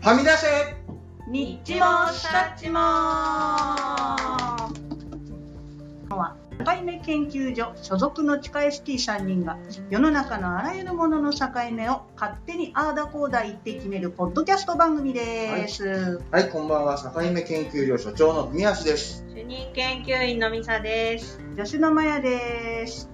はみ出せ日もしたっちも今日は境目研究所所属の地下 ST3 人が世の中のあらゆるものの境目を勝手にあーだこーだ言って決めるポッドキャスト番組です、はい、こんばんは、境目研究所所長の宮橋です。主任研究員のミサです。吉野真也です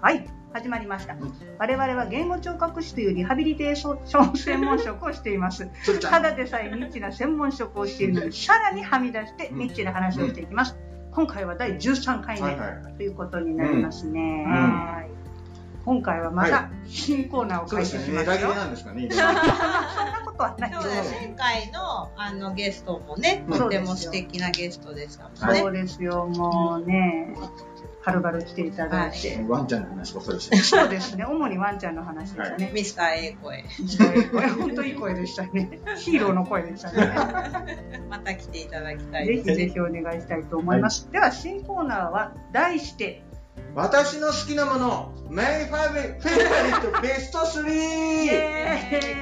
はい始まりましたうん我々は言語聴覚士というリハビリテーション専門職をして いますそれちゃたん、だでさえニッチな専門職をしているのにさらにはみ出してニッチな話をしていきます、今回は第13回はい目はい。ということになりますね、うんはい今回はまはた新コーナーをそう開で始しすね、まネタす切よ、れなんですかね、今そんなことはないそうだね前回のあのゲストもね、うんとても素敵なゲストでしたもんはいね。そうですよもうねはるばる来ていただいて、ワンちゃんの話ばっかりしてる。そうですね主にワンちゃんの話でしたね、ミスター A 声、これ本当いい声でしたねヒーローの声でしたねまた来ていただきたいぜでひすね。ぜひお願いしたいと思います、では新コーナーは題して私の好きなもの、メイファイブ、フェイバリットベスト 3! ーイ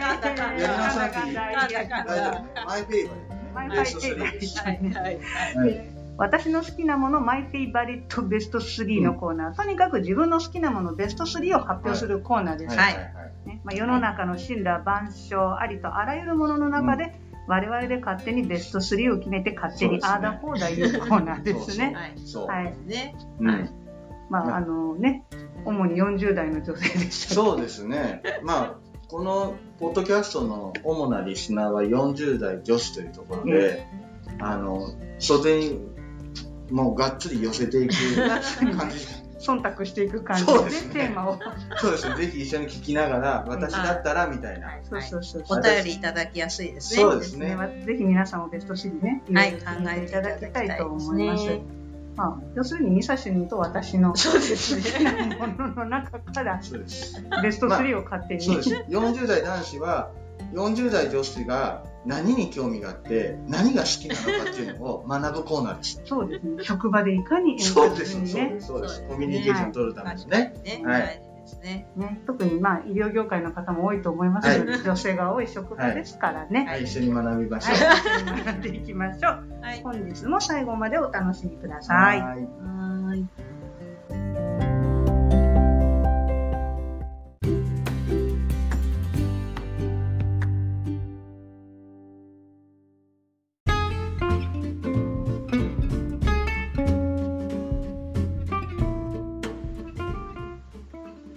ガンダガンダやりなさいガンダガン大ダ丈夫ね、マイフェイバリットね。ベマイファスイトテ3。はいはいはい。はい私の好きなものマイフェイバリットベスト3のコーナー、とにかく自分の好きなものベスト3を発表するコーナーです、はいねいはいはいまあ、世の中の神羅万象ありとあらゆるものの中で、我々で勝手にベスト3を決めて勝手そうにですねああだこうだ言うコーナーですね。はいそう。はい、ね、うんまああのね主に40代の女性でしたけどそうですね。まあ、このポッドキャストの主なリスナーは40代女子というところで、あの、袖にもうがっつり寄せていく感じ忖度していく感じでそうですねテーマをそうですね。ぜひ一緒に聞きながら、私だったらみたいな。そうそうそうおそう便りいただきやすいですね。そうですねまあぜひ皆さんもベスト3ね、はいろろ聞いていただきたいと思います。考えていただきたいですねまあ、要するに、ミサシンと私のそうです ね。ものの中からそうです。ベスト3を勝手に、そうです。40代男子は、40代女子が何に興味があって、何が好きなのかっていうのを学ぶコーナーです。そうですね、職場でいかに円そ滑うです。そうにねです。そうです。コミュニケーション取るためにね。ね、はい大事ですね。ね、特にまあ医療業界の方も多いと思いますので、はい女性が多い職場ですからね、はい、一緒に学びましょはうい。学んでいきましょう。はい。本日も最後までお楽しみください。はい。はい。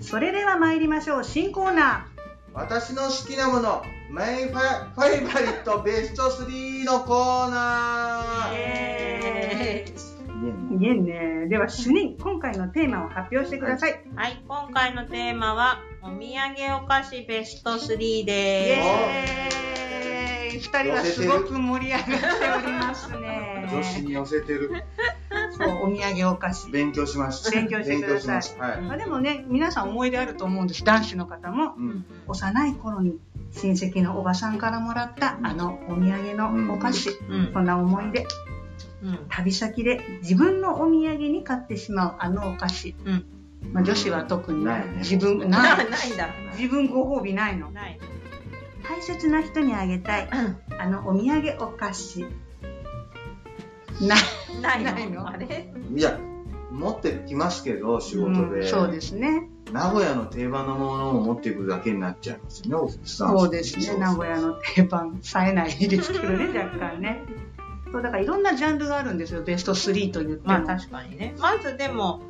それでは参りましょう、新コーナ私の好きなもの、マイファファイバリットベスト3のコーナー。ー。えーいえね、では主任、今回のテーマを発表してください。はい、今回のテーマは、お土産お菓子ベスト3イでエーイ二人はすごく盛り上がっております女子ね。に寄せてる。そうお土産お菓子。勉強しました。勉強してください勉強しました。はい。まあ、でもね、皆さん思い出あると思うんです。男子の方も。うす。ん。幼い頃に親戚のおばさんからもらったあのお土産のお菓子。うんこんな思い出。うん。旅先で自分のお土産に買ってしまうあのお菓子。うんまあ、女子は特にないね自 分、なない。ないんだ。自分ご褒美ないの。ない。大切な人にあげたい。あのお土産お菓子。ない。ないの。ないのあれいや、持ってきますけど、仕事で。うんそうですね。名古屋の定番のものを持っていくだけになっちゃいますね、お客さん。そうですね。名古屋。屋の定番、冴えないですけどね、若干ね。そう、だからいろんなジャンルがあるんですよ、ベスト3というても。まあ確かにね。まずでも、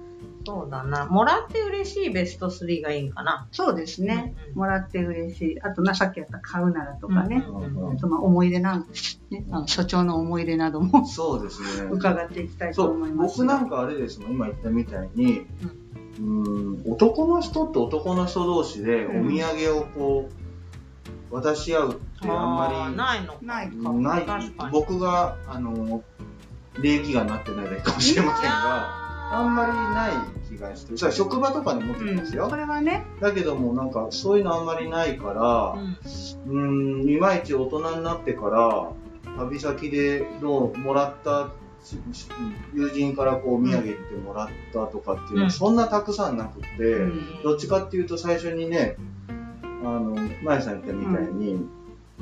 そうだな。もらって嬉しいベスト3がいいんかな。そうですね。うんうんもらって嬉しい。あと、な、さっきやった買うならとかね。うんあと、まあ、思い出なんね、あの所長の思い出などもそうですね。伺っていきたいそとう思います。僕なんかあれですもん今言ったみたいに、うーん、男の人って男の人同士でお土うん産をこう、渡し合うってあんあまーないの。ないりか。ない確かに僕があの礼儀がなってないだけかもしれませんがああんまりない気がしてそれは職場とかに持ってきますうよん、こ、れはね、だけどもなんかそういうのあんまりないから、うーん、いまいち大人になってから、旅先でどうもらった、しし友人からこうお土産ってもらったとかっていうのうはんそんなたくさんなくて、うんどっちかっていうと最初にね、あの、まやさん言ったみたいに、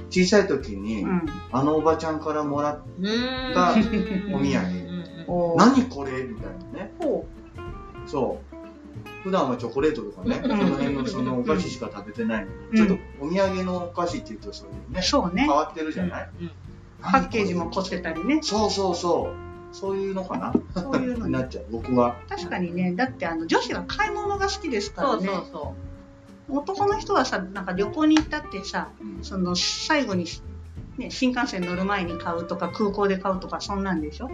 小さい時に、うんあのおばちゃんからもらっうんがお土産おおた、ー何これみたいなね。ほそう。普段はチョコレートとかね、そうんの辺のそのお菓子しか食べてないのに、うちょっとお土産のお菓子っていうとそういうね、そうね変わってるじゃない、うんうんパッケージも凝ってたりねそうそうそう。そういうのかなそういうのなねっちゃう、僕は。確かにねだってあの女子は買い物が好きですからそうねそうそ男の人はさなんか旅行に行ったってさうんその最後に、ね、新幹線乗る前に買うとか空港で買うとかそんなんでしょ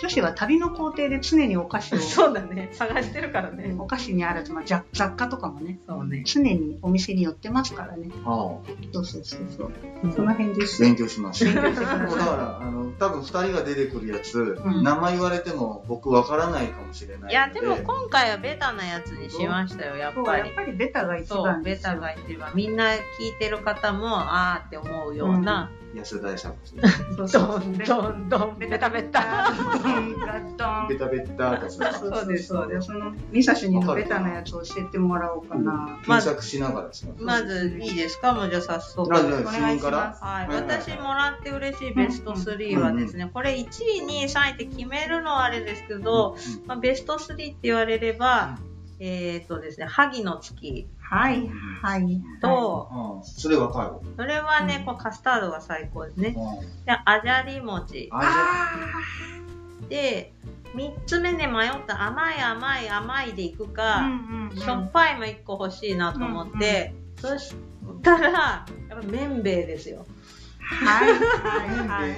女子は旅の工程で常にお菓子う。をそうだね。探してるからね。お菓子にあると、まあ、雑雑貨とかもねそうね。常にお店に寄ってますからねああそうそうそうそううその辺です勉強しました。勉 だ強してきましたから、あの、多分二人が出てくるやつ、うん名前言われても僕わからないかもしれないのいで。や、でも今回はベタなやつにしましたよ、やっそうぱやっり。ぱりベタが一そう、番ベですよタが一番。みんな聞いてる方も、あーって思うような。安田作品。そうそどうんどんどん、ベタベタ。ガベタベタ とかトンさ、そうですそうですそのミサシにのベタなやつ教えてもらおうかな、検索しながらですね。まず、いいですかもうじゃあ早速。なはんでお願いしますい、はいはいはい私もらって嬉しいベスト3はですね、これ1位、2位、3位って決めるのはあれですけど、まあ、ベスト3って言われれば、えっ、とですね、萩の月はいはいはいうと、ん、それわかそれはね、うんこうカスタードが最高でする。ね。うんで、あじゃり餅。ああで、3つ目ね、迷った甘い甘い甘いでいくあか、んしょっぱいも1個欲しいなと思って、そしじたら、やっぱ麺べいですよ。はいはい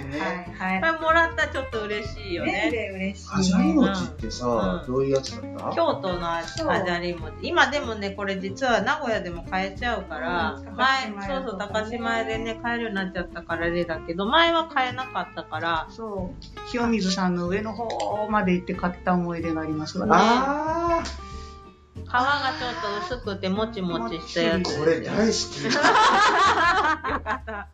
はいこはれもらったらちょっと嬉しいい。よねね。で嬉ゃ、あじしいゃりね。餅ってさ、うどういうやつだった京都のあそうあじゃり餅今でもねこれ実は名古屋でも買えちゃうから、うん前高島屋そうとそうかね高島屋でね買えるようになっちゃったからあれだけど前は買えなかったからそう清水さんの上の方まで行って買った思い出がありますわ。ああ、皮がちょっと薄くてもちもちしたやつこれ大よ好き。かった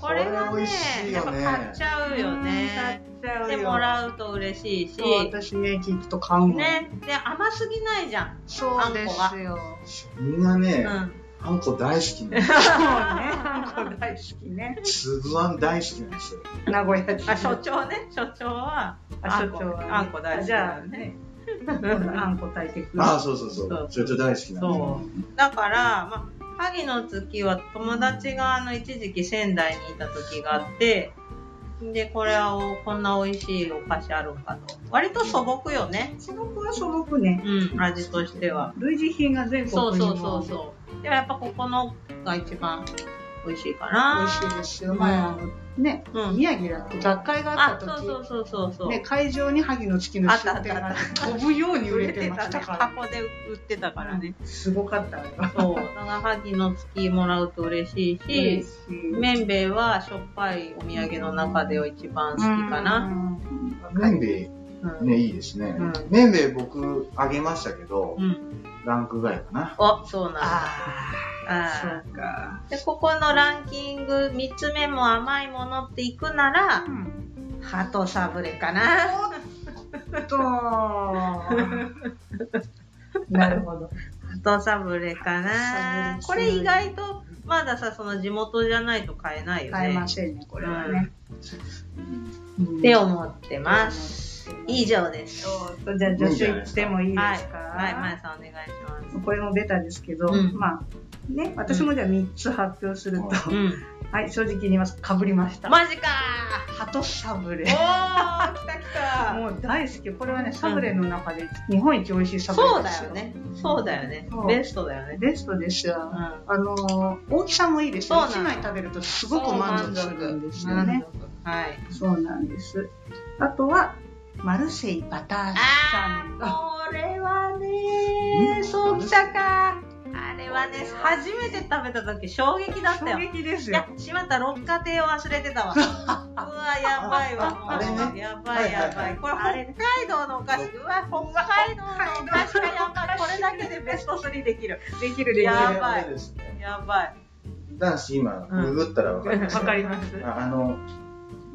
これはこれ美ね味しいやよっぱね買っちゃうよねでもうらうと嬉しいしそう私ね聞くと買うもん。ねで甘すぎないじゃん、そうですよ。 みんなうね、ん、あんこ大好きなの。そうね。あんこ大好きね。つぶあん大好きなんですよ。名古屋あ所長ね所長はあ所長はねあんこ大好きじゃだあねね。今度あんこ炊いてくる。ああ、そうそうそそうう。それと大好きなの。そう。だから、まあ、萩の月は友達があの一時期仙台にいた時があって、で、これを、こんな美味しいお菓子あるんかと。割と素朴よね。素朴は素朴ね。うん、味としては。類似品が全国そうにそもうそうそう。でもやっぱここのが一番美味しいかな。美味しいですよ。前あのねうん。宮城だって学会がああっ、たそ時うそうそうそうそう。ね、会場に萩の月の出店あがっ飛ぶように売売れれててたまねし。たから、箱で売ってたからね。すごかったよ。そう。だから萩の月もらうと嬉しいし嬉、しいめんべいはしょっぱいお土産の中では一番好きかな。めんべい、うんね、いいですねうん。めんべい僕、あげましたけどう、ん。ランク外かな。お、そうなんだ。あああ、そうか。ーで、ここのランキング3つ目も甘いものっていくなら、うんハトサブレかな。と、なるほど。ハトサブレかなハ。トこサブレれ意外と、まださ、その地元じゃないと買えないよ買えまね。せんね、これはね。うんって思ってます。以。上です。そうそうじゃあ、女子行ってもいいですかはい、まやさんお願いします。これもベタですけど、うんまあ、ね、私もじゃあ3つ発表すると、うん。はい、正直に言います。かぶりました。マジかハトサブレーおー、。来た来た。もう大好き。これはね、サブレの中で日本一美味しいサブレそうでだすよ。よ。ね。そうだよねそう。ベストだよね。ベストですよ。うん。あのー大きさもいいですそうよ。1なの枚食べるとすごく満足するんですよね。。はい。そうなんです。あとは、マルセイバターサンド。あー、これはねう、んそうきたか。あれはね、初めて食べた時衝撃だった衝よ。い撃ですよや。、しまった、六花亭を忘れてたわ。うわ、やばいわ、もう。あれねやばいやば。はいはいはいいこれ北海道のお菓子。うわ、北海道のお菓子がやばい。これだけでベスト3できる。できるいやわばいあれですねやばい。男子今、うんググったらわかります。かります。ああの、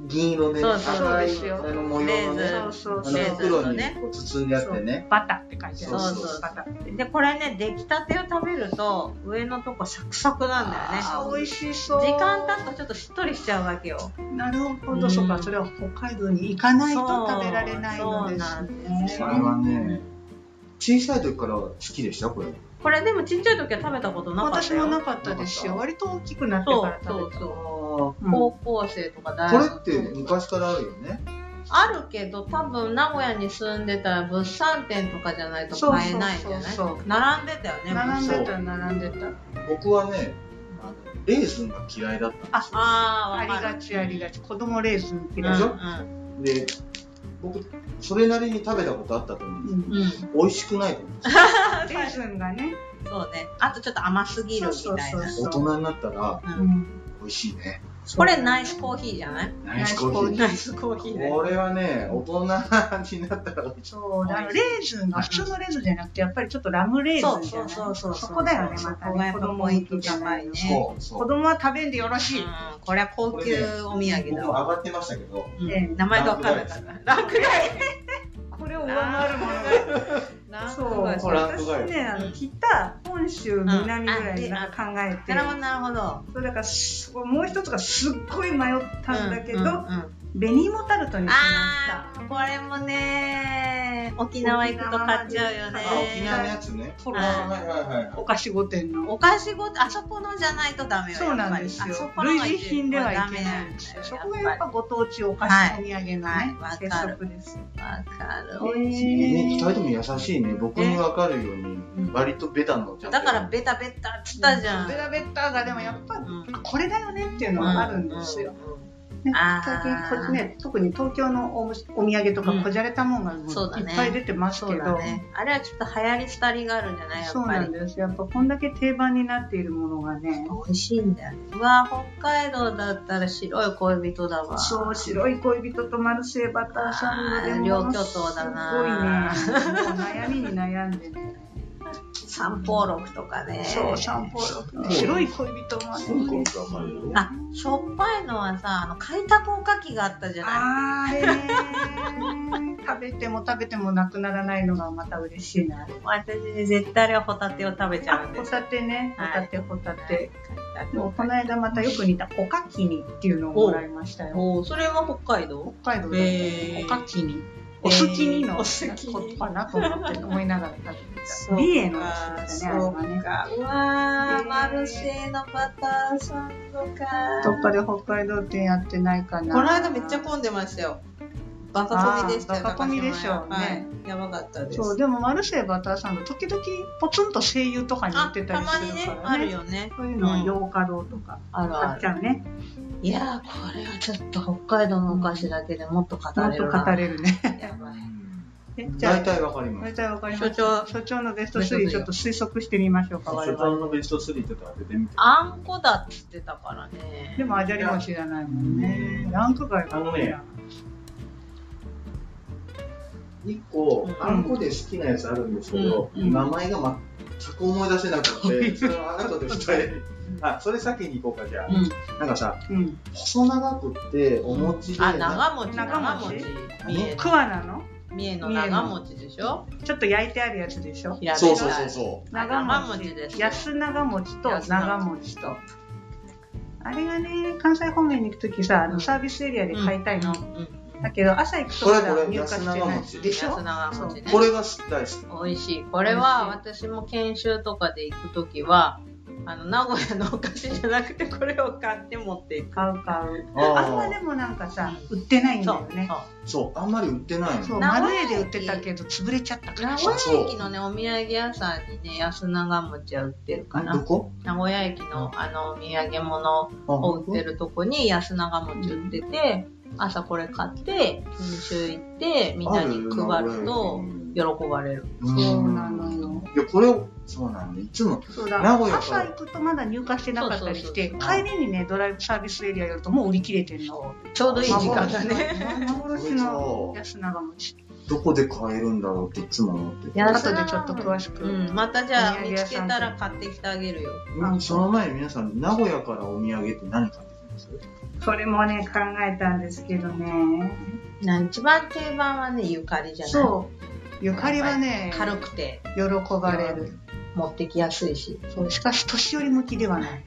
銀色でそうそうそう赤いですよあの模様のねレーあそうそうのそうレーズン袋にねこう包んであってねバターって書いてあるそうそうバターでこれね出来たてを食べると上のとこサクサクなんだよねあー美味しそう時間経つとちょっとしっとりしちゃうわけよなるほうどんそうかそれは北海道に行かないと食べられないのでそうすそうなんですこねれはね小さい時から好きでしたこれこれでもちっちゃい時は食べたことなかっ私たよもなかったですよな割と大きくなってそからうそ食うべたそうこうん高校生とか大れ学って昔からあるよねあるけど多分名古屋に住んでたら物産展とかじゃないと買えないんじゃないそうそうそうそう並んでたよね並ん物で産た並んでた僕はねあのレーズンが嫌いだったあああありがちありがち子供レーズンってういんううでのしょんで僕それなりに食べたことあったと思うんですうんうん美味しくないと思うんでレーズンがねそうねあとちょっと甘すぎるみたいなそうそうす大人になったらうんうん美味しいねこれナイスコーヒーじゃないナイスコーヒナイスコーヒーーでこれはね大人になったら美味しいそうだからレーズンが普通のレーズンじゃなくてやっぱりちょっとラムレーズンじゃないそうそうそうそうそこだよねまたそこがねやっ子ぱ供ポイント高いねそうそ子う供は食べんでよろしい、うんこれは高級お土産僕だもわ上がってましたけどうねん名前が分からなかったランク外これを上回るものがランクそう外ほら私ねあうのん北本州南ぐらいなんか考えて、なるほどなるほどそうだからすもう一つがすっごい迷ったんだけど、ううんうん紅芋タルトにしまあしーこれもね沖縄行くと買っちゃうよねあ沖縄のやつねそうですはいはいはいはいたお菓子御殿のお菓子ごとあそこのじゃないとダメよそうなんですよやっぱり類あそこのが似品ではいけないんですよそこがやっぱご当地お菓子お土産のはいねわかる鉄則ですわかる美味しね二人とも優しいね僕に分かるように割とベタのジャンプだからベタベタっつったじゃんベラベッターがでもやっぱりうんこれだよねっていうのがあるんですよ、うんねあー特にこね特に東京のおむお土産とかうんこじゃれたもんがもそうだういねっぱい出てますそけうど、だねあれはちょっと流行り廃りがあるんじゃないやっそうぱなりんですやっぱこんだけ定番になっているものがね美味しいんだよねうわ北海道だったら白い恋人だわそう白い恋人とマルセイバターサンドであー両巨頭だなすごいね悩みに悩んでね三宝六とかねそう散歩うん白い恋人もあそういうことはあるよあしょっぱいのはさあの開拓おかきがあったじゃないあーあれね食べても食べてもなくならないのがまた嬉しいな私絶対あれはホタテを食べちゃうんでホすタテねホはいタテホタテ、開拓もおうこかの間またよく似たおかきにっていうのをもらいましたきよ。おーそれは北海道北海道だったへーおかきに。お好きにのお好きにことかなと思って思いながら食べてそた。う美瑛のやつですね、あれそうはね。かうわーマルシェのバターサンドかどっかで北海道店やってないかな。この間めっちゃ混んでましたよ。バカ混みでしたよ。あーバカ混みでしょうね高島屋はい。やばかったです。そう、でもマルセイバターサンド、時々ポツンと声優とかに売あって、たたりますにるねか、らあるね。よね。そういうのをうん洋華堂とかある買あっちる。ゃうね。いやー、これはちょっと北海道のお菓子だけでもっと語もっれとるな。語れるね。やばい。え じゃ大あ、体わかります大体わかりま所す。長、所長のベスト3ちょっと推測してみましょうか、我初々。版のベスト3とか当ててみてあんこだっつってたからね。でもアジャリも知らないもんねう。んランク外かあのね1個うんあんこで好きなやつあるんですけどうんうん名前が全く思い出せなく てそれはあなたで2人あそれ先に行こうかじゃうん。あなんかさうん。細長くってお餅であ、長持ち、長長持持ちち。三重クのワなの三重の長持ちでしょちょっと焼いてあるやつでしょ平べったそいうそうそうそ長持ちですよ。安長持ちと安長長持ちと。あれがね、関西方面に行くときさ、あうのんサービスエリアで買いたいの。うんうんうんだけど、朝行くとこれまだこれ入荷して安長な持ちい。でしょ安長持ちねう。これが大好き美味しい。これは私も研修とかで行くときは、あの、名古屋のお菓子じゃなくて、これを買って持っていく。買う買う。あんまであもなんかさ、売ってないんだそよう。ね。あそうあんまり売ってないのそう、名古丸屋エ駅で売ってたけど、潰れちゃったか名ら。古屋駅のね、お土産屋さんにね、安長餅は売ってるかあどな。こ名古屋駅のあの、お土産物あを売ってるとこに安長餅売ってて、朝これ買って、研修行って、みんなに配ると、喜ばれる。そうなのよ。いや、これを、そうなんで、いつも、そうだ名古屋か朝ら行くとまだ入荷してなかったりしてそうそうそうそう帰りにねドライブサービスエリア寄るともう売り切れてるのちょうどいい時間だね。幻の安永餅どこで買えるんだろうっていつも思ってて。安後でちょっと詳しく、うん、またじゃあ見つけたら買ってきてあげるよ。うんその前に皆さん、名古屋からお土産って何買ってきますそれもね、考えたんですけどね。な一番定番はね、ゆかりじゃない。そう。ゆかりはね、軽くて喜ばれる。持ってきやすいし。そうしかし、年寄り向きでは ない。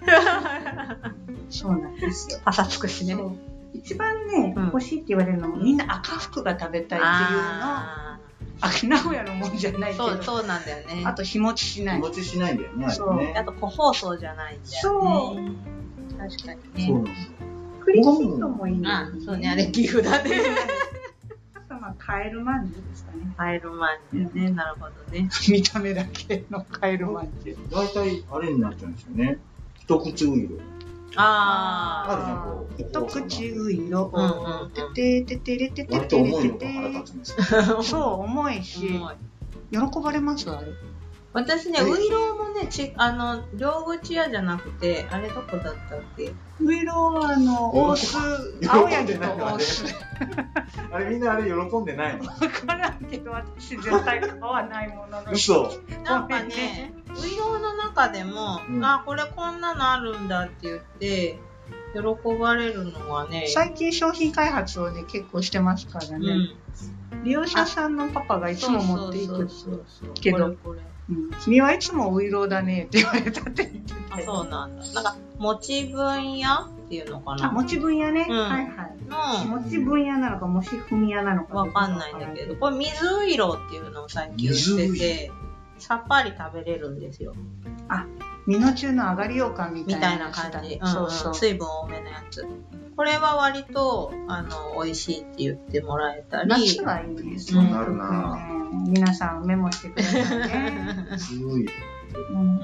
そうなんですよ。パサつくしね。そう一番ね、うん欲しいって言われるのも、みんな赤服が食べたいっていうのは、ああ名古屋のもんじゃないーけど、そう、そうなんだよね。あと日持ちしない日。持ちしないんだよね、あれそうねあ。と、個包装じゃないんだよね。確かにそうなね。んですよ。栗きんとんもいいねあ、そうね、あれ、岐阜だね。あとまあ、カエルまんじゅうですかね。入る前にね、なるほどね。見た目だけのカエルまんじゅう。大体あれになっちゃうんですよね。一口ウイロ。ああるじゃん、こう。一口ういろうんうんうんててててれてて割てとれ重いてのが腹立てつんですけど。あ。そう重いし重い喜ばれますあれ私ね、えウイローもね、ちあの、両口屋じゃなくて、あれどこだったっけウイロはあの大須青柳の大須 あれみんなあれ喜んでないの。わからんけど私絶対買わないものの嘘。なんかね、ウイローの中でも、うんあ、これこんなのあるんだって言って、喜ばれるのはね、最近商品開発をね結構してますからうね、ん、利用者さんのパパがいつも持っていくってそうそうそうけどこれこれうん君はいつもウイローだねって言われたって言ってあてそうなんだ。なんか、もち分屋っていうのかあな持ち分野ね、うんはいはいの、持ち分野なのかもし踏み屋なのかわかんないんだけど、これ水ウイローっていうのを最近売って水て、さっぱり食べれるんですよ。身の中の上がりようかみたみいたないな感じ。うんそうそううん水分多めのやつ。これは割と、あの、美味しいって言ってもらえたり。夏はいいですうんなるなうん皆さんメモしてくださいね。 強い。うんう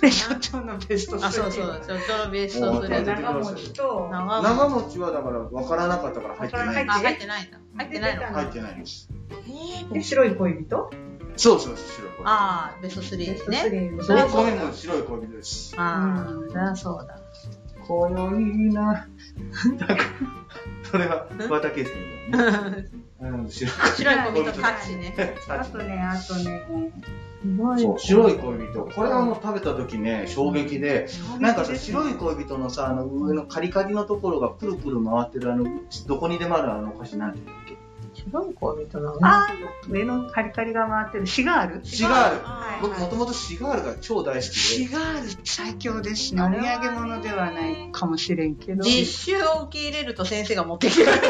で所長のベストん。あ、そう3そう。ちょっとベストおー3。長持ちと長持長持ちはだから分からなかったから入ってないあ、入ってないんだ。入ってないのか。入ってないです。で白い恋人そうそうそう、白い恋。ああ、ベスト3ベでスすトね。 3そそれれはそはそうういだうの白い恋人です。ああ、うんそりゃそうだ。今宵な。それは綿ケースみたいな。うん、白い白い小人タッチね。あとねあとねそう白い恋人これはもう食べた時ね衝撃でなんかさ白い恋人のさあの上のカリカリのところがプルプル回ってるあのどこにでもあるあのお菓子なんて言うんだっ白い小人なのあー上のカリカリが回ってるシガールけシガールあ僕もともとシガールが超大好きシでガール最強ですねお土産物ではないかもしれんけど実習を受け入れると先生が持ってきてくれる。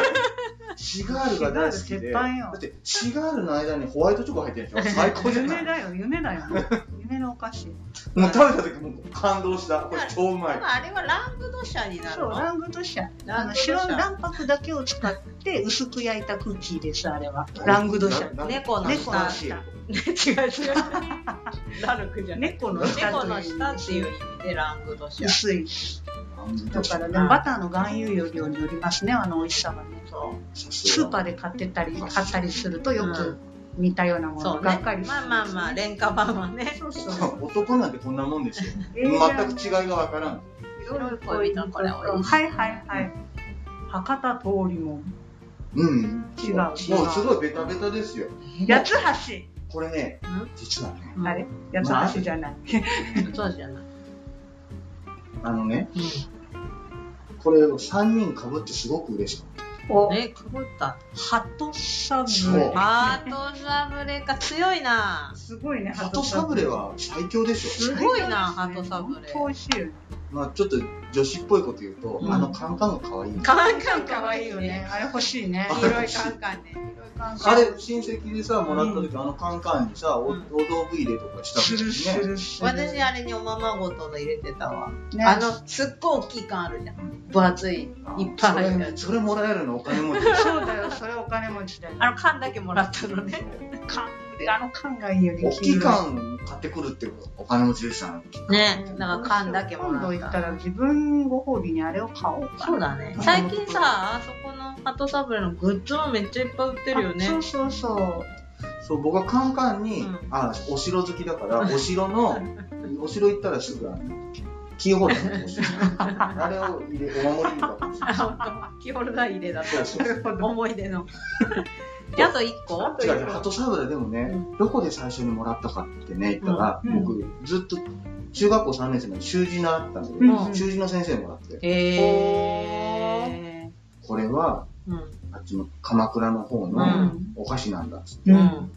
シガールが大好きでシガール鉄板よだってシガールの間にホワイトチョコ入ってるでしょ最高じゃな夢いだよ夢だよ 夢のお菓子もう食べた時もう感動したこれ超うまいあれはラングドシャになるそうのラングドシャあのシャ白い卵白だけを使って薄く焼いたクッキーですあれはラングドシャなな猫の猫の下。下違う違 う。ラルクじゃない。猫の下猫とのいう下っていう意味でラングドシャ。薄いだからねバターの含有量によりますねあの美味しさはねスーパーで買ってたり買ったりするとよく似たようなものそうがっねかり。するまあまあまあ、廉価版はね。そうそう男なんてこんなもんですよえ全ーく違いがわからん白い恋人これ美味しいはいはいはい博多通りもうん違う違うもうすごいベタベタですよ八つこれねん実はね橋あれ八つ橋じゃないそうじゃない。あのねこれを3人かぶってすごく嬉しかっおえ、かぶった。鳩サそブレうハートサブレか強いな。すごいねた鳩サブレは最強でしすごいな、ハトサブ本レ。当美味しいよねょまあちょっと女子っぽいこと言うと、うんあのカンカンが可愛いカンカン可愛いよね。。あれ欲しいね。あ黄色いカンカンね。あれ親戚でさもらった時、あのカンカンにさおおうん道具入れとかしたするす時ねるする。私あれにおままごとの入れてたわ。ねあの、すっごい大きい缶あるじゃん。分厚い。いっぱい入ってるやそれつ。それもらえるのお金持ちで しょそうだよ。それお金持ちだよ。あの缶だけもらったのね。缶あの缶がいいよ大ね。きい缶買ってくるってお金持ちでしたねね、なんか缶だけも今度行らっったた。ら自分ご褒美にあれを買おうか。そうだね。最近さ、あそこのハトサブレのグッズもめっちゃいっぱい売ってるよね。そうそうそう。そう僕はカンカンに、うんあお城好きだからお城のお城行ったらすぐあのキーホルダーのお 城あれを入れお守りにかけてあほんとキーホルダー入れだっそうそうた。思い出の。であと1個違う違う、ハトサウダーでもね、うんどこで最初にもらったかってね、言ったら、うん僕、ずっと、中学校3年生の習字習ったんだけど、うん習字の先生にもらって、へこれは、ーうんあっちの鎌倉の方うのんお菓子なんだっつって、ううんん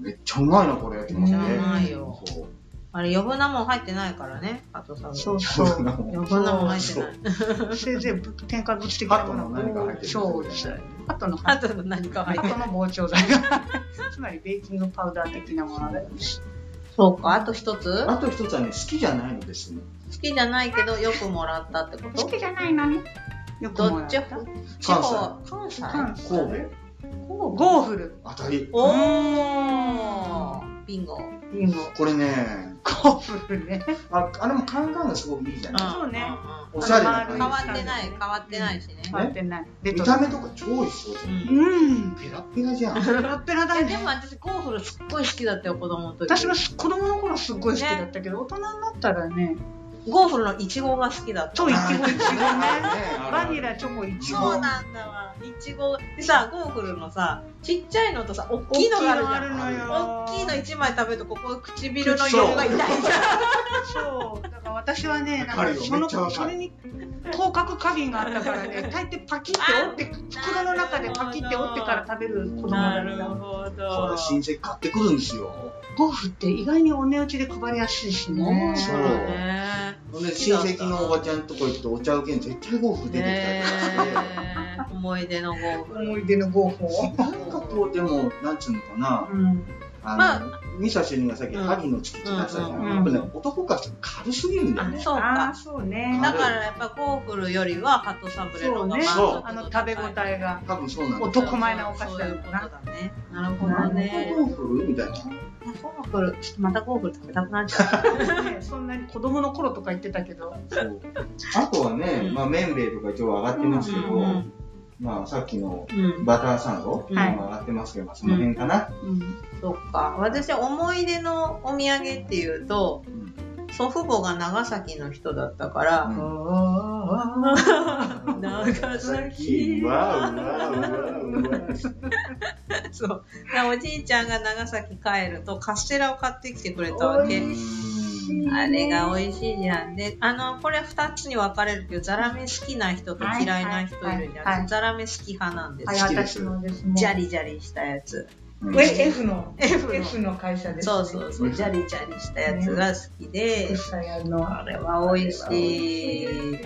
めっちゃうまいな、これ、って思って。めっちゃうまいよそう。あれ余分なもん入ってないからねあとさそうそう。余分なもん入ってない先生、添加物的なものハトの何が入ってるそうです。ハトのあと何か入ハってトの膨張剤が。 つまりベーキングパウダー的なものがです。そうかあと1つ 好あと一つはね、好きじゃないのですね。きじゃないけどよくもらったってこと好きじゃないのに。よくどもらっっちた地方関西関西神ゴーフル。戸当たり。おービンゴビンゴ。これね、ゴーフルね。ああれもカンカンがすごくいいじゃない。そうねおしゃれなう変ん感わってない変わってないしね変わってない。じ。見た目とか超いいっすよ。うんうん。ペラッペラ じゃん。ペラペラだえでもね。私ゴーフルすっごい好きだったよ子供の時私も子供の頃すっごい好きだったけど、大人になったらね、ゴーフルのイチゴが好きだった超いちごい ちごね。バニラ。ラ、チョコ、いちご。そうなんだわいちごでさゴーフルのさちっちゃいのとさおっ大ききいいのがあるのじあゃんるのよ。大きいの1枚食べるとここ唇の色が痛いじゃんそう。だから私はね、なんわかるかよそめのっちゃわかるそれに広角過敏があったから ね、大抵パキって折って、袋の中でパキって折ってから食べる子供なだかるら。ほこどれ親戚買ってくるんですよ。ゴーフって意外にお値打ちで配りやすいしね。そうねほんで親戚のおばちゃんとこ行ってお茶受けに絶対ゴーフ出てきたりねとかして。え思い出のゴーフル思い出のゴーフを。なんかこうでも、なんつうのかな、うん。あまの、ミサ主任がさっきうん萩の月って出したじゃ。うんうんやっぱね、男からしたら軽すぎるんだよあね。そうああ、かそうね。だからやっぱゴーフルよりはハトサブレーそのう方がね満足。そう度あの食べ応高いえが。多分そうなんだよ。男前なお菓子だそういようことな。だね。なるほどね。ゴーフルみたいな。ゴーグル、ちょっとまたゴーグル食べたくなっちゃう。ねそんなに子供の頃とか言ってたけど。そうあとはね、うんまあ、麺類とか一応上がってますけど、うんうんうんまあ、さっきのうん、バターサンド、うんまあ上がってますけど、まあその辺かな。うん。そっか。私、思い出のお土産っていうと、うん祖父母が長崎の人だったから、長崎わうわうわうわ。そう。だからおじいちゃんが長崎帰るとカステラを買ってきてくれたわおいけ。いあれが美味しいじゃん。で、あの、これ二つに分かれるけど、ザラメ好きな人と嫌いな人いるじはいはいはいゃはん。いザラメ好き派なんですはい、好きで私すもですね。ジャリジャリしたやつ。うんえ F の F の F の会社です、ね。そうそうそう、ジャリジャリしたやつが好きで、福祉屋の。あれは美味しい。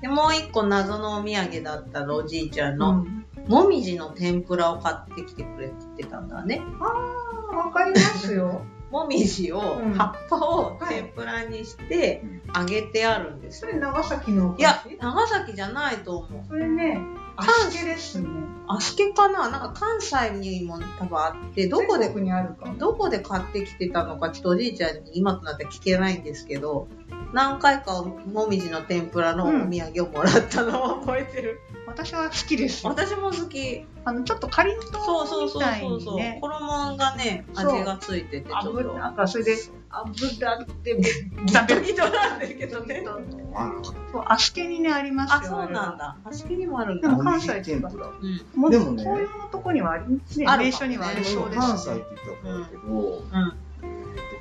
で、もう一個謎のお土産だったらおじいちゃんの、うんもみじの天ぷらを買ってきてくれてたんだね。あわかりますよ。 もみじを、うん葉っぱを天ぷらにして揚げてあるんですそよ。れ長崎のお菓子いや、長崎じゃないと思う。それね、関足毛ですね。あすけかななんか関西にも多分あって、どこで全国にあるか。どこで買ってきてたのか、ちょっとおじいちゃんに今となっては聞けないんですけど、何回かもみじの天ぷらのお土産をもらったのを覚 えてる。私は好きですよ。私も好き。あのちょっとカリッそうとそうみそうたいそうにそう、ね。衣がね、そう味がついてて、ちょっ油と。なんかそれで油ってダメ人なんですけどね。あ そう足毛にねありますよ。あ、そうなんだ。あすきにもあるんでだ。も関西天ぷら。うん。もうでもね紅葉のとこにはありますねあるかも名所にはありそうです。関西って言ったらだけど、うん。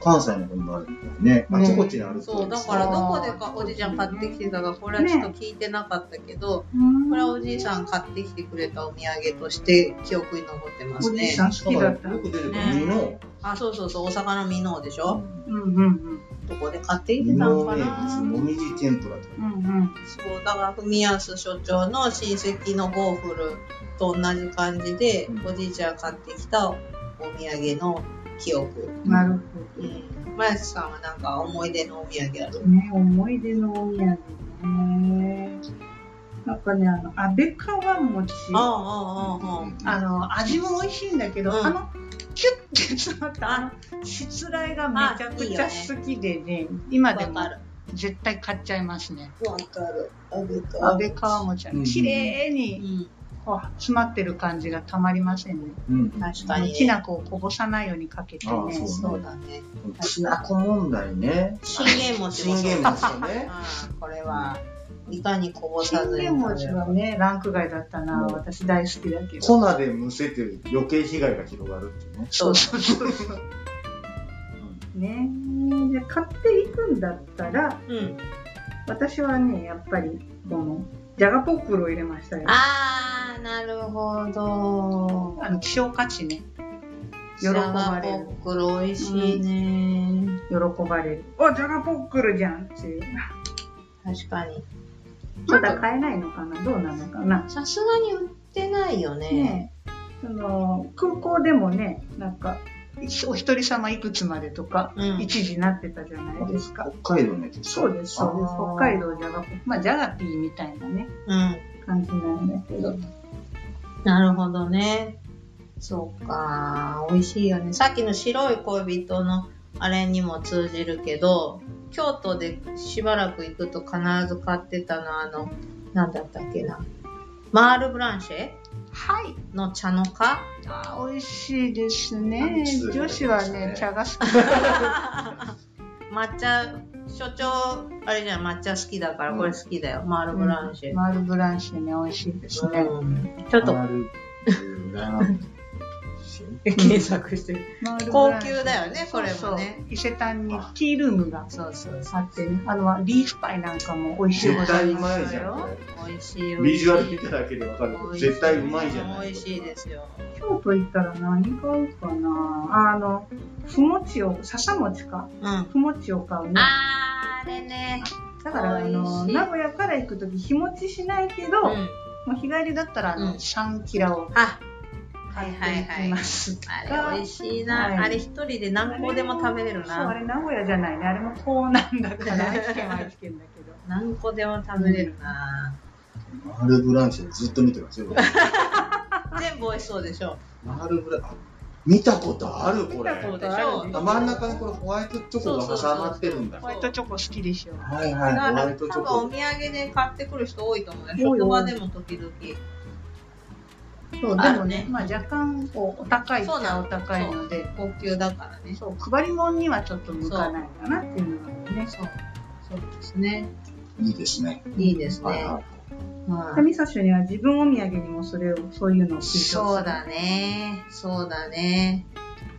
関西の方にもあるみたいね。あちこちにあるそう、だからどこでかおじいちゃん買ってきてたか、これはちょっと聞いてなかったけど、これはおじいさん買ってきてくれたお土産として記憶に残ってますおね。じいさん好きだだっかたら。よく出てくるねミノあ、そうそうそう、大阪のミノーでしょ、ー。うんうんうんどこで買ってきミてたのノかー名物なもみじ天ぷらとか。うんうん。そう、だから、文康所長の親戚のゴーフルと同じ感じで、うんおじいちゃん買ってきたお土産の記憶。なるほうど。ん。まやしさんはなんか思い出のお土産あるね、思い出のお土産ね。なんかね、あの、安倍川餅。ああ、あああ、ああ。の、味も美味しいんだけど、うんあの、キュッて詰まった、あの、しつらいがめちゃくちゃあいいよ好きでね、今わでかもる。絶対買っちゃいますね。わかる。あべか安。倍川餅はうん綺麗うにん。こう詰まってる感じがたまりませんね。うん確あかのに、きね。な粉をこぼさないようにかけてねあ。あそうそうだね。きなこ問題ね。信玄餅も信そう玄だ。餅とね。うんこれはいかにこぼ信さずに玄食べ餅るかはね、ランク外だったな。うん私大好きだけど。粉で蒸せて余計被害が広がるっていうね。そうそうそうそう。ねえ。で、買っていくんだったら、うん私はね、やっぱり、この、ジャガポックルを入れましたよ。あーなるほどあの、希少価値ね。喜シャばワれーるポックル美味しいね、喜ばれる。お、ジャガポックルじゃんっていう。確かにまだ買えないのかなどうなのかなさすがに売ってないよねねえその、空港でもね、なんか、お一人様いくつまでとか、うん一時なってたじゃないですか。北海道のやつ。そうです、そうですあ。ー北海道ジャガポ、まあ、ジャガピーみたいなね、うん感じなんだけど。なるほどねそうか美味しいよねさっきの白い恋人のあれにも通じるけど京都でしばらく行くと必ず買ってたのあのなんだったっけなマールブランシェはい。の茶の花あー美味しいですね。夏女子はね、ですね茶が好き。抹茶所長あれじゃん抹茶好きだからこれ好きだよ、マールブランシェ、マールブランシェね、美味しいですね。うんちょっとあるっていうラーメン検索してるマールブラ高ンシェ級だよねこれそもうそうね伊勢丹にティールームがそうそうあってね、あの、リーフパイなんかも美味しいご絶ざ対いうままいすじゃんこよ。美味しい美味しいれ。ビジュアル見ただけでわかるけど、絶対うまいじゃない美味しいですよ。京都行ったら何買うかなあの、ふもちを、笹餅かうん。あふもちを買うね。ー、あれね。だから、あの、美味しい名古屋から行くとき、日持ちしないけど、もうん。う日帰りだったら、あの、うんサンキラをあ、買っていきます。あれ美味しいはいな。あれ一人で何個でも食べれるそう、あな。れ名古屋じゃないね。あれもこうなんだから、愛知県は愛知県だけど。何個でも食べれるな。マールブランシェずっと見てますよ。僕全部美味しそうでしょ。マールブランあ見たことあるこれ。見たことそうあでしょあ。る真ん中にこれホワイトチョコが挟まってるんだ。そうそうそうホワイトチョコ好きでしょ。はいはい、だホかワらイ多トチョ分お土コ。産で買ってくる人多いと思うよ。多い職場でも時々。そう、あでもるねね、まあ若干、こう、お高いっちそうなゃのお高いので、高級だからね。そう、配り物にはちょっと向かないかなっていうのがね。そう。そうですね。いいですね。いいですはいね。はいはい神シュには自分お土産にもそれを、そういうのを推奨する。そうだね。そうだね。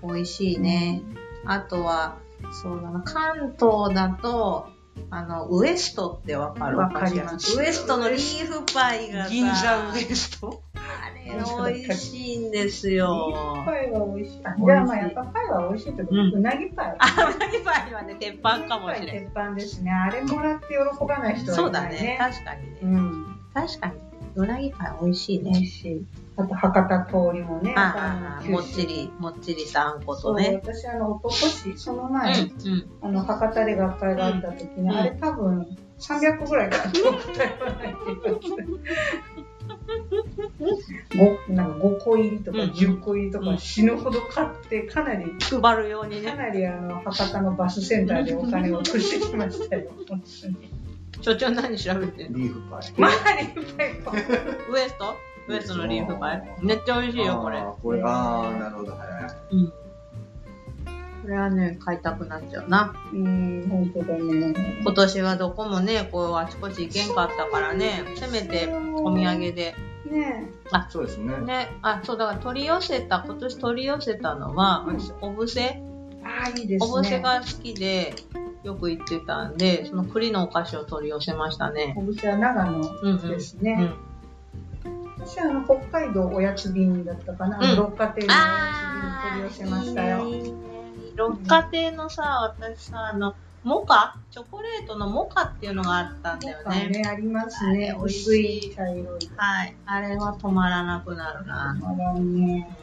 美味しいね。あとは、そうだな。関東だと、あの、ウエストってわかるわかりますウエストのリーフパイがさ、銀座ウエストあれ美味しいんですいよ。パイは美味しい。あいじゃあまあやっぱパイは美味しいってこと、ううんなぎパイ。あ、ウナギパイはね、鉄板かもしうなぎパれイ鉄板ですね。あれもらって喜ばないん。人そはういなだいね。ね。確かにうね。ん。確かに。うなぎパイ美味しい美味ね。しい。あと博多通りもね。ああ、あのもっちり、もっちりしたあんこそとう、ね。私あの、おととし、そのう前、ん、うん。あの、博多で学会があった時に、うんあれ多分300個ぐらい買ってもら ったような気がする 5, なんか5個入りとかうん10個入りとうかん死ぬほど買って、かなり、配るようにかね。なりあの、博多のバスセンターでお金を落としてきましたよ。本当に所長何調べてんのリーフパイ。まあ、いっぱいこうウエストウエストのリーフパイめっちゃ美味しいよ、これあ。ーこれ、あー、なるほど、はいはい。うん。これはね、買いたくなっちゃうな。 うん、本当だね。今年はどこもね、こう、あちこち行けんかったからね、せめてお土産で。ねそうですね。ね、あ、そう、だから取り寄せた、今年取り寄せたのは、私おぶせえ。ああ、いいですね。おぶせが好きで、よく行ってたんで、その栗のお菓子を取り寄せましたね。お店は長野うんうん。ですね。うん私はあの北海道おやつ便だったかな、うん六花亭のおやあつー便取り寄せましたよ。いいね六花亭のさ、私さ、あの、モカチョコレートのモカっていうのがあったんだよね。ね、ありますね。美味し薄いい茶色い。はい。あれは止まらなくなるな。まだね。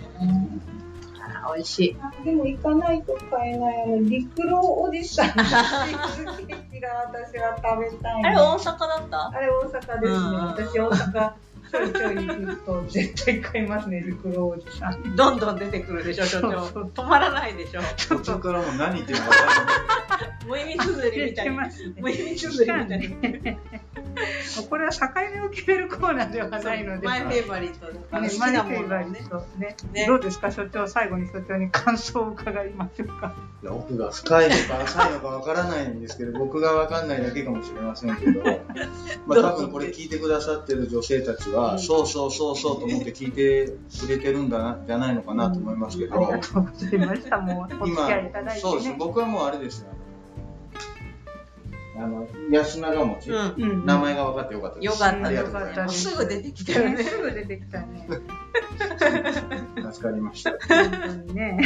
あ美味しい。あでも行かないと買えないあの陸路おじさんのチーズケーキが私は食べたいあな。れ大阪だったあれ大阪ですね。うん私大阪ちょいちょい行くと絶対買いますね、陸路おじさん。どんどん出てくるでしょ、所長。止まらないでしょ。途中からもう何言ってるか分かんない。無意味つづり言みったていな。ますね。無意味つづりみたいな。これは境目を決めるコーナーではないので。マねイフェイバリットだからマ好きジななももののをねね。ねねどうですか所長最後に所長に感想を伺いましょうか。いや奥が深いのか浅いのかわからないんですけど、僕がわかんないだけかもしれませんけど、まあ多分これ聞いてくださってる女性たちうは、んそうそうそうそうと思って聞いてくれてるんだな、じゃないのかなと思いますけありどが、とうございました。もうお付き合いいただいてそうです、ね。僕はもうあれですよ。あの、安永餅、うん。うんうん名前が分かってよかったです。よかったありがとうございよかまっす。すぐ出てきたよねね。すぐ出てきたね。助かりました。本当にね。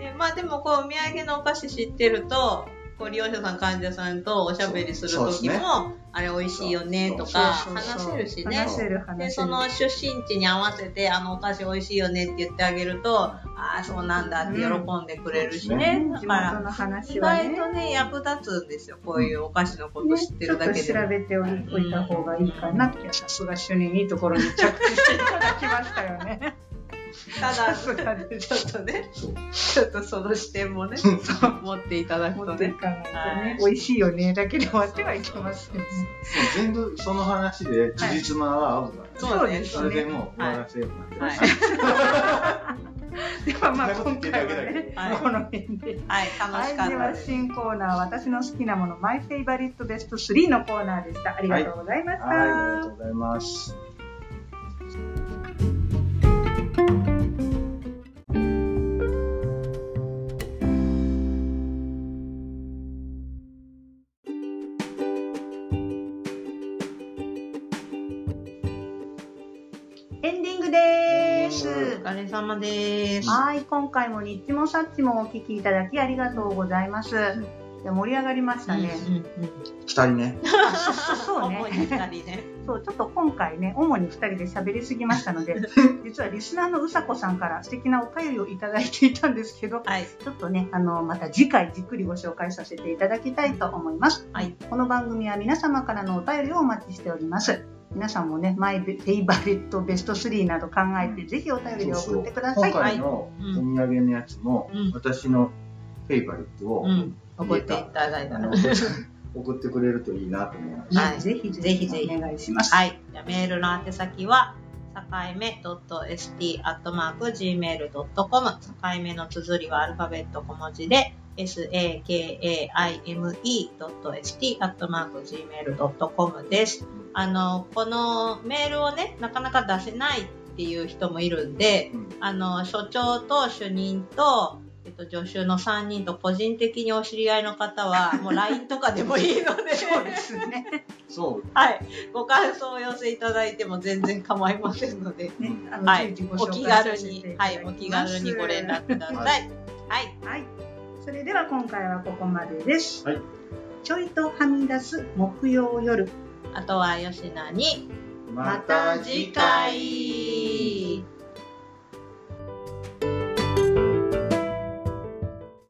でまあでもこうお土産のお菓子知ってるとこう利用者さん患者さんとおしゃべりするそうそうです時も、ねあれ美味しいよねとかそうそう話そうせるしね話せる話せでる。その出身地に合わせてあのお菓子美味しいよねって言ってあげるとああそうなんだって喜んでくれるしね、ねだ地元からの意話は外ね。とね役立つんですよこういうお菓子のこと知ってるだけねちでょっと調も。べておいた方がいいかなって、さすが主任いいところに着地していただきましたよね。たさだすがでちょっとねそうちょっとその視点もね持っていただく持とっていね。かないとはねい、美味しいよねだけで終わってはいけませんね。全部その話で、事実間は合うから、そうですそれでもう終わらせようかなってはいではまあ今回はね、はいこの辺で。はい、楽しかはっい、でたはです。新コーナー、私の好きなもの、マイフェイバリットベスト3のコーナーでした。ありがとうございました。はい、ありがとうございます。エンディングです。エンディお疲れ様です。はい、今回もニッチもサッチもお聞きいただきありがとうございます。いや盛り上がりましたね。二人ね。そうね主に二人ね。そう、ちょっと今回ね、主に2人で喋りすぎました ので、実はリスナーのうさこさんから素敵なお便りをいただいていたんですけど、はい。ちょっとね、あの、また次回じっくりご紹介させていただきたいと思います。はいこの番組は皆様からのお便りをお待ちしております。皆さんもね、マイフェイバリットベスト3など考えて、ぜひお便りを送ってください。今回のお土産のやつも、うん私のフェイバリットを、うん。覚えていただいたあら。の はい。送ってくれるといいなと思います。はいぜひぜぜひひぜひお願いします。じゃあメールの宛先は、境目 .st.gmail.com 境目の綴りはアルファベット小文字で sakaime.st.gmail.com です。あの、このメールをね、なかなか出せないっていう人もいるんで、うんあの、所長と主任と、えっと、助手の3人と個人的にお知り合いの方は、もう LINE とかでもいいので、 そうですね。そう、はい。ご感想をお寄せいただいても全然構いませんので、うねんあのはい随時。ごお紹気介さ軽せていに、ただはきい。ますお気軽にご連絡ください。はい。はい。それでは今回はここまでです。はいちょいとはみ出す木曜夜。あとは、吉菜に、ままた次回。